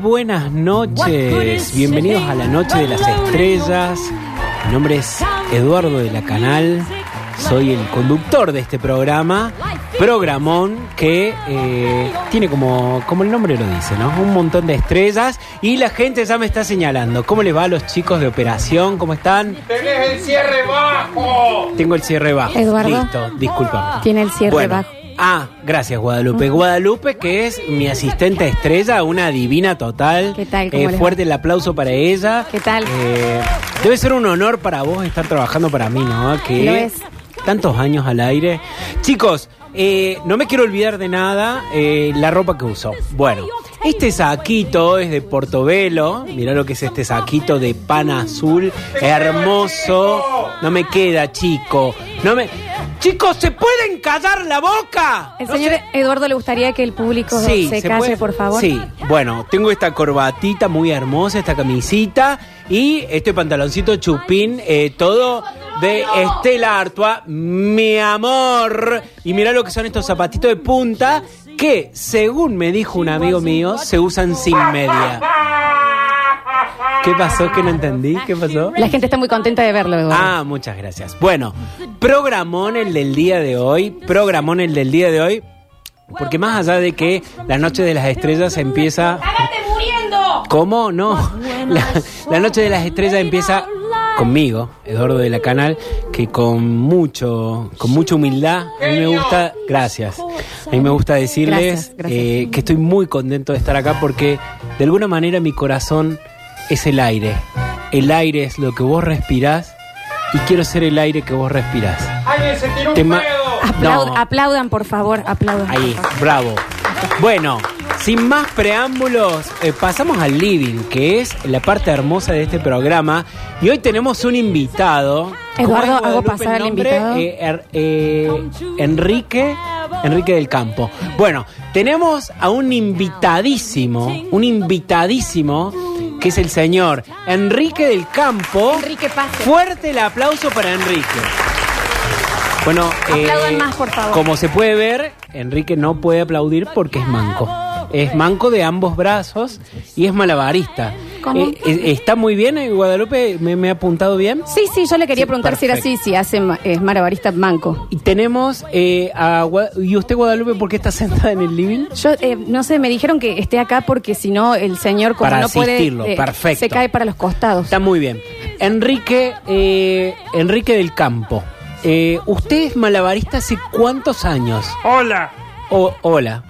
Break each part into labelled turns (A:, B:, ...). A: buenas noches. Bienvenidos a la Noche de las Estrellas. Mi nombre es Eduardo de la Canal. Soy el conductor de este programa, Programón, que eh, tiene como, como el nombre lo dice, ¿no? Un montón de estrellas y la gente ya me está señalando. ¿Cómo les va a los chicos de operación? ¿Cómo están?
B: ¡Tenés el cierre bajo!
A: Tengo el cierre bajo.
C: Eduardo.
A: Listo, discúlpame.
C: Tiene el cierre
A: Bueno.
C: bajo.
A: Ah, gracias Guadalupe. Guadalupe, que es mi asistente estrella, una divina total.
C: ¿Qué tal? ¿Cómo
A: Eh,
C: les va?
A: fuerte el aplauso para ella.
C: ¿Qué tal?
A: Eh, debe ser un honor para vos estar trabajando para mí, ¿no? Que
C: Lo es.
A: tantos años al aire. Chicos, eh, no me quiero olvidar de nada eh, la ropa que uso. Bueno, este saquito es de Portobelo. Mirá lo que es este saquito de pana azul. Hermoso. No me queda, chico. No me. Chicos, ¿se pueden callar la boca?
C: El
A: No
C: señor
A: se-
C: Eduardo le gustaría que el público se, calle,
A: puede-
C: por favor.
A: Sí, bueno, tengo esta corbatita muy hermosa, esta camisita y este pantaloncito chupín, eh, todo de Estela Artois, mi amor. Y mirá lo que son estos zapatitos de punta que, según me dijo un amigo mío, se usan sin media. ¿Qué pasó? ¿Que no entendí? ¿Qué pasó?
C: La gente está muy contenta de verlo, Eduardo.
A: Ah, muchas gracias. Bueno, programón el del día de hoy, programón el del día de hoy, porque más allá de que la noche de las estrellas empieza...
B: muriendo!
A: ¿Cómo? No. La, la noche de las estrellas empieza conmigo, Eduardo de la Canal, que con mucho, con mucha humildad, a mí me gusta, gracias, a mí me gusta decirles
C: Gracias, gracias.
A: eh, que estoy muy contento de estar acá porque de alguna manera mi corazón es el aire. El aire es lo que vos respirás y quiero ser el aire que vos respirás.
B: ¡Alguien se tiró un
A: Tema-
B: pedo!
C: Aplaud-
A: Ah, no.
C: Aplaudan, por favor, aplaudan.
A: Ahí, bravo. Bueno, sin más preámbulos, eh, pasamos al living, que es la parte hermosa de este programa. Y hoy tenemos un invitado.
C: Eduardo,
A: ¿Cómo es,
C: ¿hago
A: Guadalupe,
C: pasar
A: el
C: al
A: nombre?
C: invitado?
A: Eh, er- eh, Enrique. Enrique del Campo. Bueno, tenemos a un invitadísimo, un invitadísimo, que es el señor Enrique del Campo.
C: Enrique, pase.
A: Fuerte el aplauso para Enrique. Bueno, eh,
C: Aplaudan más, por favor.
A: como se puede ver, Enrique no puede aplaudir porque es manco. Es manco de ambos brazos y es malabarista.
C: ¿Cómo?
A: Eh, eh, ¿Está muy bien en Guadalupe? ¿Me, me ha apuntado bien?
C: Sí, sí, yo le quería
A: Sí,
C: preguntar si era así,
A: perfecto.
C: si hace ma- es marabarista manco.
A: Y tenemos eh, a... Gua- ¿Y usted, Guadalupe, por qué está sentada en el living?
C: Yo, eh, no sé, me dijeron que esté acá porque si no, el señor, como
A: Para
C: no puede. eh,
A: asistirlo, perfecto.
C: Se cae para los costados.
A: Está muy bien. Enrique, eh, Enrique del Campo. eh, ¿Usted es malabarista hace cuántos años?
D: Hola,
A: O- hola.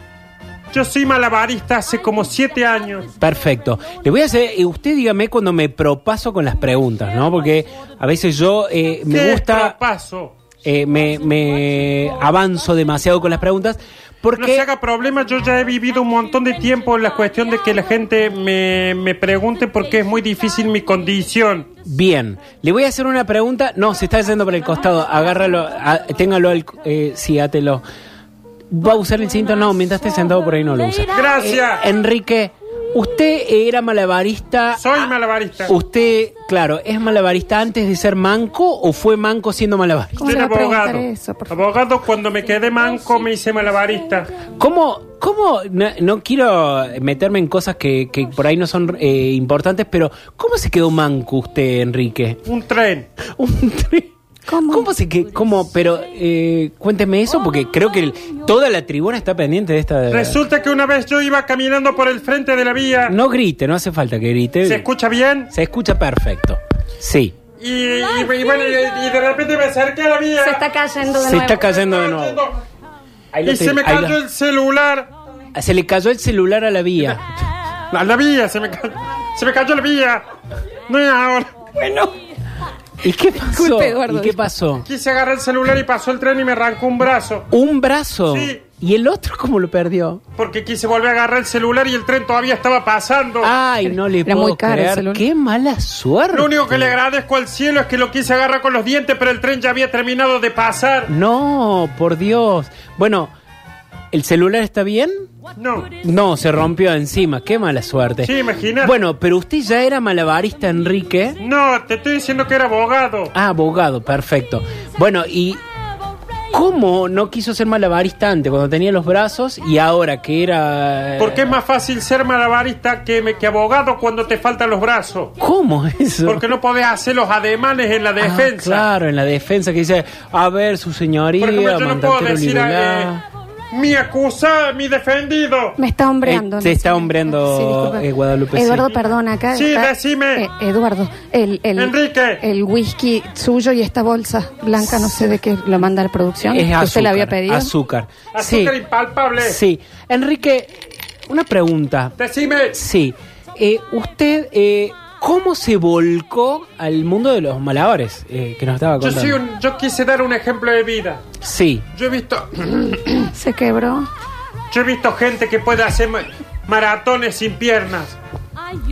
D: yo soy malabarista hace como siete años.
A: Perfecto. Le voy a hacer, eh, usted dígame cuando me propaso con las preguntas, ¿no? Porque a veces yo eh, me
D: ¿Qué
A: gusta,
D: Paso.
A: eh, me, me avanzo demasiado con las preguntas,
D: No se
A: porque
D: haga problema, yo ya he vivido un montón de tiempo en la cuestión de que la gente me, me pregunte por qué es muy difícil mi condición.
A: bien, le voy a hacer una pregunta. No, se está yendo para el costado. Agárralo, a- téngalo, al, eh, sí, átelo. Va a usar el cinto, no. Mientras esté sentado por ahí no lo usa. Eh,
D: Gracias.
A: Enrique, usted era malabarista.
D: Soy malabarista.
A: Usted, claro, es malabarista antes de ser manco o fue manco siendo malabarista.
C: ¿Cómo
D: Soy
C: le va a preguntar
D: abogado.
C: eso, por favor?
D: abogado, cuando me quedé manco me hice malabarista.
A: ¿Cómo, cómo no, no quiero meterme en cosas que, que por ahí no son eh, importantes, pero ¿cómo se quedó manco usted, Enrique?
D: Un tren.
A: Un tri-
C: ¿Cómo?
A: se quedó? ¿Cómo? Pero eh, cuénteme eso, porque creo que el- toda la tribuna está pendiente de esta...
D: Resulta que una vez yo iba caminando por el frente de la vía.
A: No grite, no hace falta que grite.
D: ¿Se escucha bien?
A: Se escucha perfecto. Sí.
D: Y, y- y bueno, y, y de repente me acerqué a la vía.
C: Se está cayendo de
A: Se
C: nuevo.
A: está cayendo de nuevo. Ahí lo
D: Y se
A: ten-
D: me
A: ahí lo-
D: cayó el celular.
A: Se le cayó el celular a la vía.
D: La, la vía, se me, ca- se me cayó la vía. No es ahora.
A: ¿Y qué pasó?
C: Disculpe, Eduardo,
A: ¿Y qué
C: disculpe.
A: pasó?
D: Quise agarrar el celular y pasó el tren y me arrancó un brazo.
A: Un brazo.
D: Sí.
A: ¿Y el otro cómo lo perdió?
D: Porque quise volver a agarrar el celular y el tren todavía estaba pasando.
A: Ay, no le
C: Era
A: puedo
C: muy caro el
A: creer.
C: celular.
A: Qué mala suerte.
D: Lo único que le agradezco al cielo es que lo quise agarrar con los dientes, pero el tren ya había terminado de pasar.
A: No, por Dios. Bueno, ¿el celular está bien?
D: No.
A: No, se rompió encima. Qué mala suerte.
D: Sí, imagínate.
A: Bueno, pero usted ya era malabarista, Enrique.
D: No, te estoy diciendo que era abogado.
A: Ah, abogado, perfecto. Bueno, y ¿Cómo no quiso ser malabarista antes cuando tenía los brazos y ahora que era... eh,
D: Porque es más fácil ser malabarista que, me- que abogado cuando te faltan los brazos.
A: ¿Cómo eso?
D: Porque no podés hacer los ademanes en la
A: Ah,
D: defensa.
A: claro, en la defensa que dice, a ver, su señoría,
D: Por ejemplo, yo no puedo
A: mandatero
D: decir
A: liberal.
D: a, eh, mi acusado, mi defendido.
C: Me está hombreando.
A: Eh, te
C: no
A: está
C: sé.
A: hombreando,
C: disculpa.
A: eh, Guadalupe, sí.
C: Eduardo, perdón, acá.
D: Sí,
C: está-
D: decime.
C: Eh, Eduardo, el, el,
D: Enrique.
C: el whisky suyo y esta bolsa blanca, no sé de qué lo manda la producción.
A: Es
C: que
A: azúcar.
C: usted la había pedido.
A: Azúcar. Sí,
D: Azúcar impalpable.
A: sí. Enrique, una pregunta.
D: Decime.
A: Sí. Eh, usted, eh, ¿cómo se volcó al mundo de los malabares eh, que nos estaba
D: Yo,
A: contando?
D: soy un- yo quise dar un ejemplo de vida.
A: Sí.
D: Yo he visto,
C: Se quebró.
D: yo he visto gente que puede hacer ma- maratones sin piernas.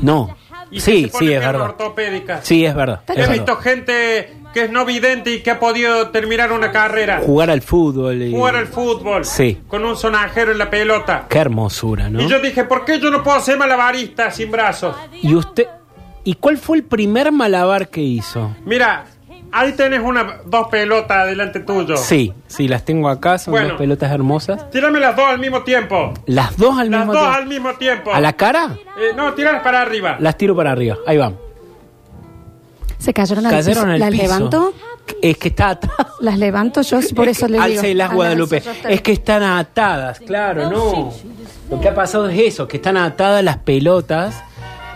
A: No.
D: Y que
A: Sí, sí,
D: se pone
A: es
D: pierna
A: verdad.
D: ortopédica.
A: Sí, es verdad.
C: He
A: es
D: He
A: verdad.
D: visto gente que es no vidente y que ha podido terminar una carrera.
A: Jugar al fútbol. y-
D: Jugar al fútbol.
A: Sí.
D: Con un sonajero en la pelota.
A: Qué hermosura, ¿no?
D: Y yo dije, ¿por qué yo no puedo ser malabarista sin brazos?
A: Y usted... ¿Y cuál fue el primer malabar que hizo?
D: Mira, ahí tenés una, dos pelotas delante tuyo.
A: Sí, sí, las tengo acá, son
D: Bueno.
A: dos pelotas hermosas.
D: Tírame las dos al mismo tiempo.
A: Las dos al
D: Las
A: mismo
D: dos
A: tiempo.
D: al mismo tiempo.
A: ¿A la cara?
D: Eh, no, tíralas para arriba.
A: Las tiro para arriba. Ahí vamos.
C: Se cayeron al
A: Cayeron
C: piso.
A: al
C: ¿Las
A: piso.
C: levanto?
A: Es que está atada.
C: Las levanto yo, por eso le digo.
A: Alce las
C: Ah,
A: Guadalupe.
C: yo estoy-
A: Es que están atadas, claro, no. Lo que ha pasado es eso, que están atadas las pelotas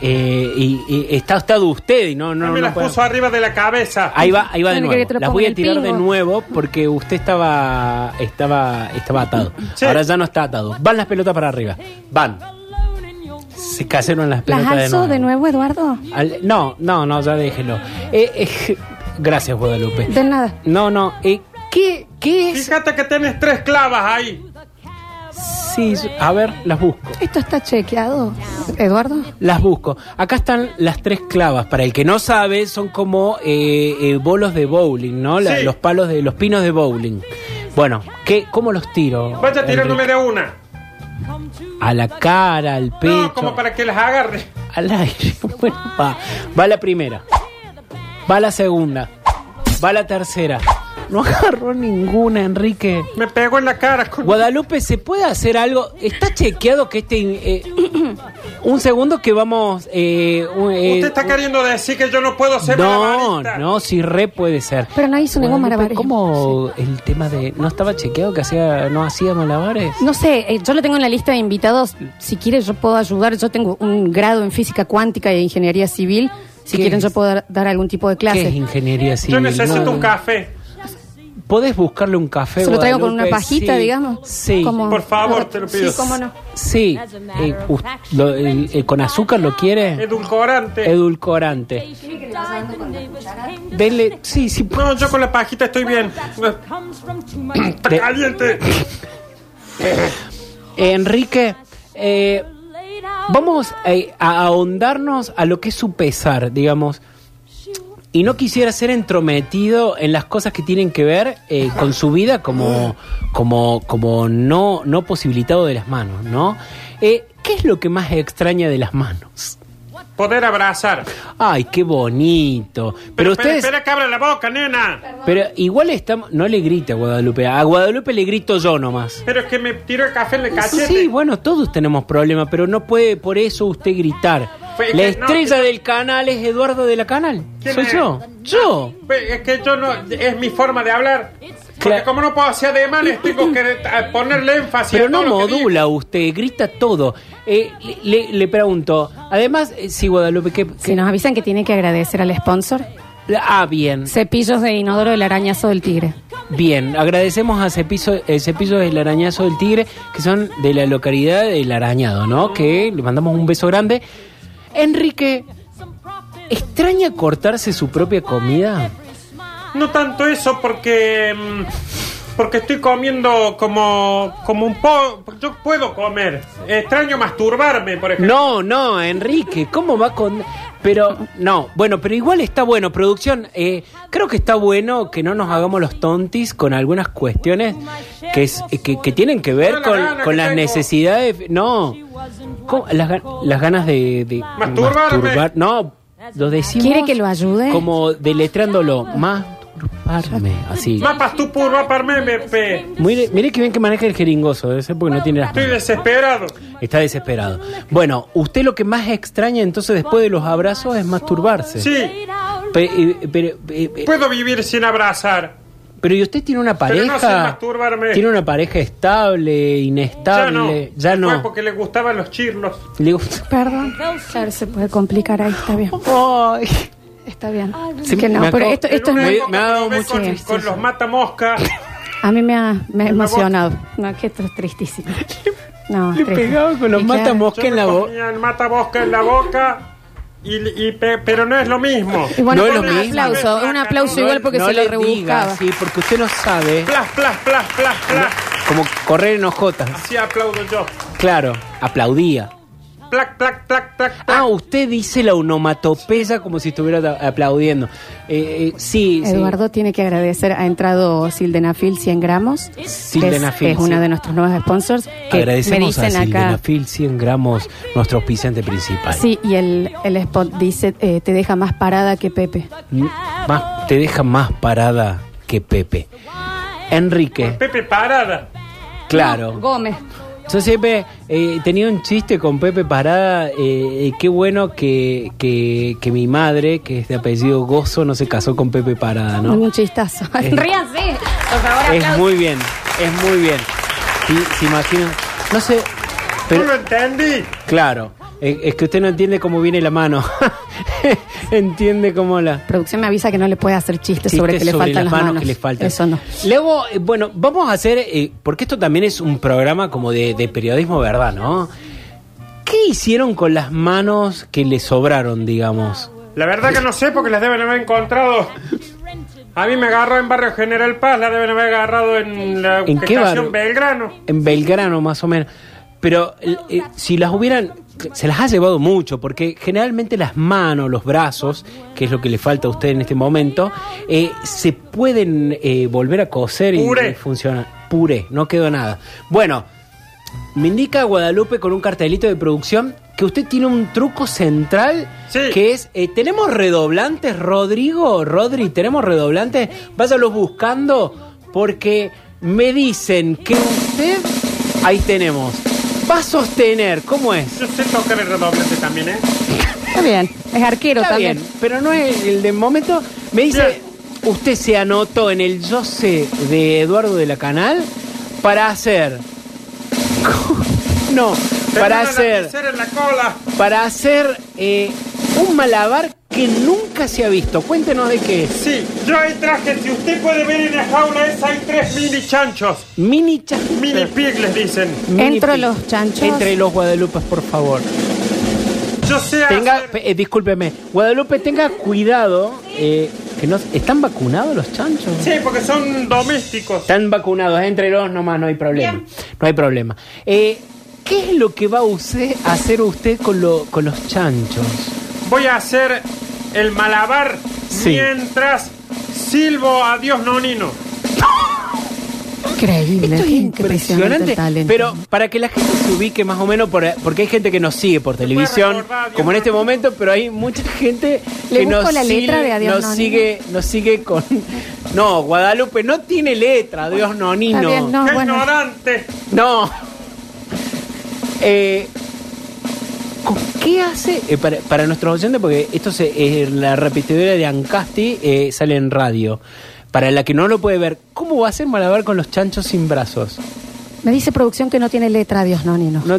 A: eh, y, y está atado usted y no, no,
D: No me
A: no Ah,
D: las
A: puede-
D: puso arriba de la cabeza.
A: Ahí va, ahí va de
C: Bueno,
A: nuevo.
C: quería que te lo
A: Las
C: ponga
A: voy a
C: el
A: tirar de
C: pingo.
A: nuevo porque usted estaba estaba estaba atado.
D: Sí.
A: Ahora ya no está atado. Van las pelotas para arriba. Van. Se cayeron las
C: ¿Las
A: pelotas
C: alzo de nuevo, Eduardo?
A: Al- no, no, no, ya déjelo. Eh, eh, gracias, Guadalupe.
C: De nada.
A: No, no, eh, ¿qué, ¿qué es?
D: Fíjate que tienes tres clavas ahí.
A: Sí, a ver, las busco.
C: ¿Esto está chequeado, Eduardo?
A: Las busco. Acá están las tres clavas. Para el que no sabe, son como eh, eh, bolos de bowling, ¿no? La-
D: Sí.
A: Los palos de los pinos de bowling. Bueno, ¿qué, ¿cómo los tiro?
D: Vaya tirándome
A: Enrique?
D: de una.
A: A la cara, al pecho,
D: No, como para que las agarre.
A: al aire. Bueno, va. Va la primera. Va la segunda. Va la tercera. No agarró ninguna, Enrique.
D: Me pegó en la cara. con-
A: Guadalupe, ¿se puede hacer algo? ¿Está chequeado que este... eh, un segundo que vamos... eh, un- eh,
D: Usted está queriendo decir que yo no puedo ser
A: No,
D: malabarista.
A: no, si re puede ser.
C: Pero no hizo ningún
A: Guadalupe,
C: malabarismo.
A: ¿Cómo el tema de... ¿No estaba chequeado que hacía, no hacía malabares?
C: No sé, eh, yo lo tengo en la lista de invitados. Si quieres, yo puedo ayudar. Yo tengo un grado en física cuántica y ingeniería civil. Si
A: ¿Qué
C: quieren,
A: es?
C: yo puedo dar, dar algún tipo de
A: ¿Qué es
C: clase.
A: ingeniería
D: Yo
A: civil?
D: necesito
A: No,
D: un café.
A: ¿Podés buscarle un café,
C: Se lo traigo con una
A: Guadalupe?
C: pajita,
A: Sí,
C: digamos.
A: Sí,
C: Como-
D: Por favor, te lo pido.
C: Sí, cómo no.
A: sí. Eh, us- lo- el- el- ¿Con azúcar lo quiere?
D: Edulcorante.
A: Edulcorante. Denle... Sí, sí. por-
D: no, yo con la pajita estoy bien. Está
A: De-
D: caliente.
A: Enrique, eh, Vamos eh, a ahondarnos a lo que es su pesar, digamos. Y no quisiera ser entrometido en las cosas que tienen que ver eh, con su vida como, como, como no, no posibilitado de las manos, ¿no? Eh, ¿Qué es lo que más extraña de las manos?
D: Poder abrazar.
A: Ay, qué bonito. Pero,
D: Pero, espera,
A: ustedes...
D: espera que abra la boca, nena.
A: Pero igual estamos... No le grita a Guadalupe. A Guadalupe le grito yo nomás.
D: Pero es que me tiró el café en el cachete.
A: Sí, bueno, todos tenemos problemas, pero no puede por eso usted gritar.
D: Fue
A: La
D: que-
A: estrella
D: no,
A: del canal es Eduardo de la Canal.
D: ¿Quién
A: Soy
D: es? Ah,
A: yo. Yo.
D: Pues, Es que yo no. Es mi forma de hablar. Porque
A: Claro.
D: como no puedo hacer ademanes, tengo que eh, ponerle énfasis.
A: Pero
D: a
A: no
D: todo lo que digo.
A: modula usted, grita todo. Eh, le, le- le pregunto, además, eh, sí, Guadalupe, que...
C: Si nos avisan que tiene que agradecer al sponsor.
A: Ah, bien,
C: Cepillos de inodoro del arañazo del tigre.
A: bien. Agradecemos a Cepillo, eh, Cepillos del Arañazo del Tigre, que son de la localidad del Arañado, ¿no? Que le mandamos un beso grande. Enrique, ¿extraña cortarse su propia comida?
D: No tanto eso, porque. mm, Porque estoy comiendo como. Como un po. Yo puedo comer. Extraño masturbarme, por ejemplo.
A: No, no, Enrique, ¿cómo va con...? Pero, no, bueno, pero igual está bueno, producción, eh, creo que está bueno que no nos hagamos los tontis con algunas cuestiones que, es- que, que tienen que ver
D: Yo la
A: con,
D: gana
A: con
D: que
A: las
D: tengo.
A: necesidades... No, ¿Cómo? Las, ga- las ganas de... de
D: Masturbarme.
A: No, lo decimos...
C: ¿Quiere que lo ayude?
A: Como deletrándolo, más... Parme, así.
D: Mapas tu purva parme MP.
A: Mire, mire que bien que maneja el jeringoso, debe ser porque no tiene las
D: Estoy desesperado.
A: Está desesperado. Bueno, usted lo que más extraña entonces después de los abrazos es masturbarse.
D: Sí,
A: Pe- eh, Pero, eh, eh,
D: puedo vivir sin abrazar.
A: pero, ¿y usted tiene una
D: Pero no sé
A: pareja?
D: masturbarme.
A: ¿Tiene una pareja estable, inestable? Ya
D: Fue
A: no.
D: Porque le gustaban los chirlos.
A: Le digo,
C: Perdón. Claro, se puede complicar ahí, está bien.
A: "Ay".
C: Está bien.
A: Sí,
C: que no,
A: me
C: pero
A: acabo-
C: esto, esto
D: En una
A: me-
C: es
D: época
A: me ha dado
D: probé
A: mucha
D: con,
C: tristeza.
D: con los matamoscas.
C: A mí me ha, me ha
D: Una
C: emocionado. No, que esto es tristísimo. No,
A: Le
C: triste.
A: pegaba con los
C: Y queda-
A: matamoscas
D: Yo
A: en
D: me
A: la boca.
D: comía el matamosca en la boca. Y, y pe- pero no es lo mismo.
C: Y bueno,
A: No es
C: fue
A: lo
C: un
A: mismo.
C: aplauso, un aplauso
D: No,
C: igual porque
A: no
C: se
A: le
C: lo
A: diga
C: rebuscaba.
A: así, porque usted no sabe
D: Plas, plas, plas, plas, plas.
A: como correr en hojotas.
D: Así aplaudo yo.
A: Claro, aplaudía.
D: Plac, plac, plac, plac, plac.
A: Ah, usted dice la onomatopeya como si estuviera da- aplaudiendo. Eh, eh, sí, sí.
C: Eduardo tiene que agradecer. Ha entrado Sildenafil 100 gramos.
A: Sildenafil,
C: que es, es
A: sí.
C: uno de nuestros nuevos sponsors. Que me
A: Agradecemos a
C: dicen acá.
A: Sildenafil 100 gramos, nuestro auspiciante principal.
C: Sí, y el, el spot dice: eh, te deja más parada que Pepe.
A: M- más- te deja más parada que Pepe. Enrique,
D: Pepe Parada.
A: claro.
C: Gómez.
A: Yo siempre eh, tenía un chiste con Pepe Parada. eh, eh, qué bueno que, que, que mi madre, que es de apellido Gozo, no se casó con Pepe Parada, ¿no? Eh.
C: Un chistazo.
A: Es-
C: Ríanse. Por favor,
A: Es muy bien, es muy bien. Sí, se imagina. No sé,
D: No lo
A: pero
D: entendí.
A: claro, es, es que usted no entiende cómo viene la mano. entiende cómo la.
C: Producción me avisa que no le puede hacer chistes sobre que
A: Chistes
C: le faltan
A: las
C: las
A: que le faltan.
C: Eso no.
A: Luego, eh, bueno, vamos a hacer, eh, porque esto también es un programa como de, de periodismo, ¿verdad? ¿No? ¿Qué hicieron con las manos que le sobraron, digamos?
D: La verdad que no sé porque las deben haber encontrado. A mí me agarró en Barrio General Paz, la deben haber agarrado en la
A: ¿En qué barrio?
D: estación Belgrano.
A: en Belgrano más o menos. Pero eh, si las hubieran, se las ha llevado mucho, porque generalmente las manos, los brazos, que es lo que le falta a usted en este momento, eh, se pueden eh, volver a coser y-
D: Puré.
A: y funciona. Puré, no quedó nada. Bueno, me indica Guadalupe con un cartelito de producción que usted tiene un truco central
D: Sí.
A: que es, eh, tenemos redoblantes, Rodrigo, Rodri, tenemos redoblantes, váyalos buscando porque me dicen que usted, ahí tenemos, va a sostener, ¿cómo es?
D: Yo sé tocar el redoblante también, ¿eh?
C: Está bien. Es arquero
A: Está
C: también.
A: bien, pero no es el de momento. Me dice, usted se anotó en el yo sé de Eduardo de la Canal para hacer... No, para
D: Tengo una
A: hacer...
D: lapicera en la cola.
A: para hacer eh, un malabar que nunca se ha visto. Cuéntenos de qué es.
D: Sí, yo ahí traje, si usted puede ver en la jaula esa, hay tres mini chanchos.
A: Mini chanchos.
D: Mini pig les dicen.
A: Mini
C: Entro
A: pig.
C: los chanchos.
A: Entre los guadalupes, por favor.
D: Yo sé
A: Tenga,
D: hacer-
A: eh, discúlpeme, Guadalupe, tenga cuidado. eh, que no, ¿Están vacunados los chanchos?
D: Sí, porque son domésticos.
A: Están vacunados, entre los nomás, no hay problema. No hay problema. Eh, ¿Qué es lo que va a usted, a hacer usted con, lo- con los chanchos?
D: Voy a hacer el malabar
A: Sí.
D: mientras silbo adiós nonino.
C: Increíble.
A: Esto es
C: qué impresionante
A: impresionante.
C: el talento.
A: Pero para que la gente se ubique más o menos, por- porque hay gente que nos sigue por televisión,
D: recordar, Dios
A: como en este
D: mío.
A: momento, pero hay mucha gente
C: Le
A: que
C: busco
A: nos,
C: la
A: sigue,
C: letra de Adiós
A: nos
C: Nonino.
A: sigue, nos sigue con. No, Guadalupe no tiene letra, Dios nonino.
C: Está bien, no,
D: ¡Qué
C: Ah, bueno.
D: ignorante!
A: No. Eh, ¿con ¿Qué hace? Eh, para, para nuestros oyentes, porque esto se- es la repetidora de Ancasti, eh, sale en radio. Para la que no lo puede ver, ¿cómo va a ser malabar con los chanchos sin brazos?
C: Me dice producción que no tiene letra, Dios no, ni no.
A: No,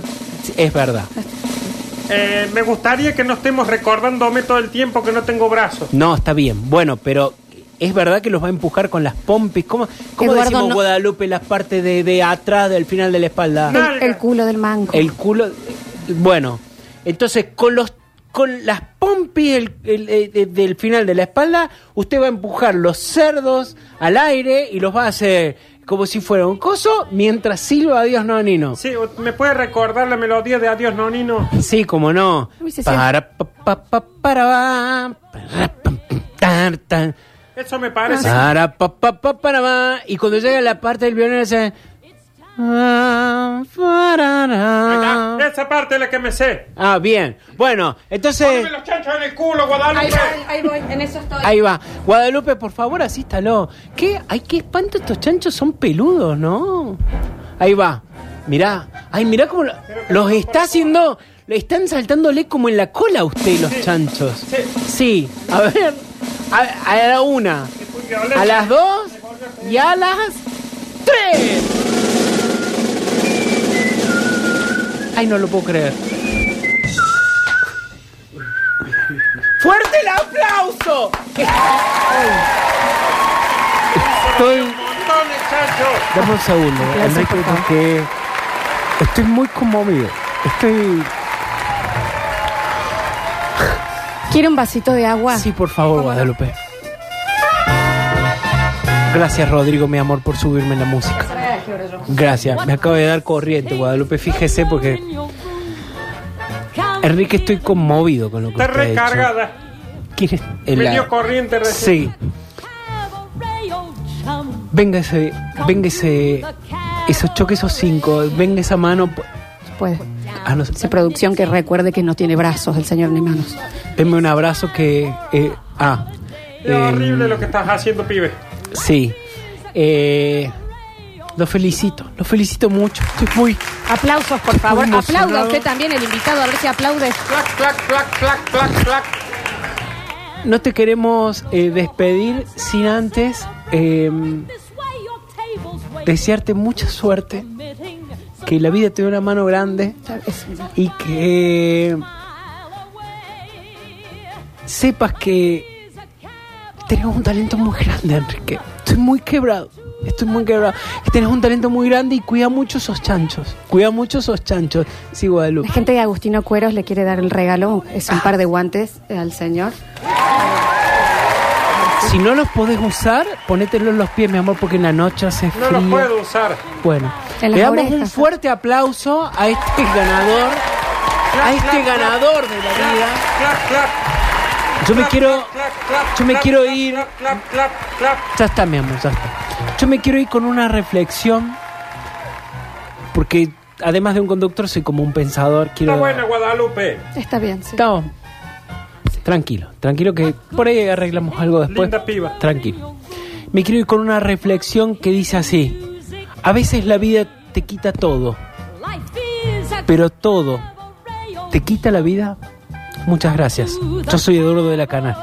A: es verdad.
D: Eh, me gustaría que no estemos recordándome todo el tiempo que no tengo brazos.
A: No, está bien. Bueno, pero es verdad que los va a empujar con las pompis. ¿Cómo, cómo
C: Eduardo,
A: decimos
C: no-
A: Guadalupe las partes de, de atrás, del final de la espalda?
D: No.
C: El, el culo del mango.
A: El culo. Bueno, entonces con los con las pompis el- el- eh, de- del final de la espalda, usted va a empujar los cerdos al aire y los va a hacer como si fuera un coso mientras silba adiós no nino.
D: Sí, ¿me puede recordar la melodía de Adiós Nonino?
A: Sí, como no.
C: Uy, se siente.
A: Para pa, pa, pa, para va, para, pam, pam, tar, tan.
D: Eso me parece.
A: Ah. Para, pa, pa, pa, para, va. Y cuando llega la parte del violín hace
D: Ahí está.
A: Ah,
D: Esa parte es la que me sé.
A: bien. Bueno, entonces
D: Ponme los chanchos en el culo, Guadalupe.
C: Ahí voy, ahí voy, en eso estoy.
A: ahí va. Guadalupe, por favor, asístalo. ¿Qué? Ay, qué espanto, estos chanchos son peludos, ¿no? Ahí va. Mirá. Ay, mirá cómo lo- los está haciendo. Le están saltándole como en la cola a usted los chanchos.
D: Sí.
A: Sí. A ver. A, a la una. A las dos. Y a las tres. Ay, no lo puedo creer. ¡Fuerte el aplauso! Estoy.
D: Montones, chanchos.
A: Dame un segundo, Enrique, porque estoy muy conmovido. Estoy.
C: ¿Quiere un vasito de agua?
A: Sí, por favor, Guadalupe. Gracias, Rodrigo, mi amor, por subirme la música. Gracias, me acabo de dar corriente, Guadalupe. Fíjese porque. Enrique, estoy conmovido con lo que
D: Está
A: usted ha hecho.
D: recargada.
A: ¿Quiere el-
D: Me dio corriente recién.
A: Sí, venga ese, venga ese, esos choques, esos cinco, venga esa mano.
C: Puede.
A: Ah, no sé.
C: Esa producción que recuerde que no tiene brazos el señor ni manos.
A: Denme un abrazo que. eh, ah.
D: Es horrible lo que estás haciendo, pibe.
A: Sí. Eh, lo felicito, lo felicito mucho. Estoy muy.
C: Aplausos, por favor.
A: Estoy emocionado.
C: Aplauda usted también el invitado, a ver si aplaude.
D: Clac, clac, clac, clac, clac, clac.
A: No te queremos eh, despedir sin antes eh, desearte mucha suerte, que la vida te dé una mano grande y que sepas que tenés un talento muy grande, Enrique. Estoy muy quebrado. Estoy muy quebrado. Que tenés un talento muy grande y cuida mucho esos chanchos. Cuida mucho esos chanchos. Sí, Guadalupe.
C: La gente de Agustino Cueros le quiere dar el regalo, es un par de guantes eh, al señor.
A: Si no los podés usar, ponételos en los pies, mi amor, porque en la noche hace
D: No
A: frío.
D: lo puedo usar.
A: Bueno,
C: En las
A: le damos
C: orejas.
A: un fuerte aplauso a este ganador, a este ganador de la vida.
D: Clac, clac.
A: Yo me
D: clac,
A: quiero,
D: clac, clac,
A: yo me
D: clac,
A: quiero
D: clac,
A: ir.
D: clac, clac, clac, clac.
A: Ya está, mi amor, ya está. Yo me quiero ir con una reflexión, porque además de un conductor soy como un pensador. Quiero.
D: Está buena, Guadalupe.
C: Está bien, sí.
A: Está bueno. Tranquilo, tranquilo que por ahí arreglamos algo después.
D: Linda piba.
A: Tranquilo. Me quiero ir con una reflexión que dice así: a veces la vida te quita todo, pero todo te quita la vida. Muchas gracias. Yo soy Eduardo de la Canal.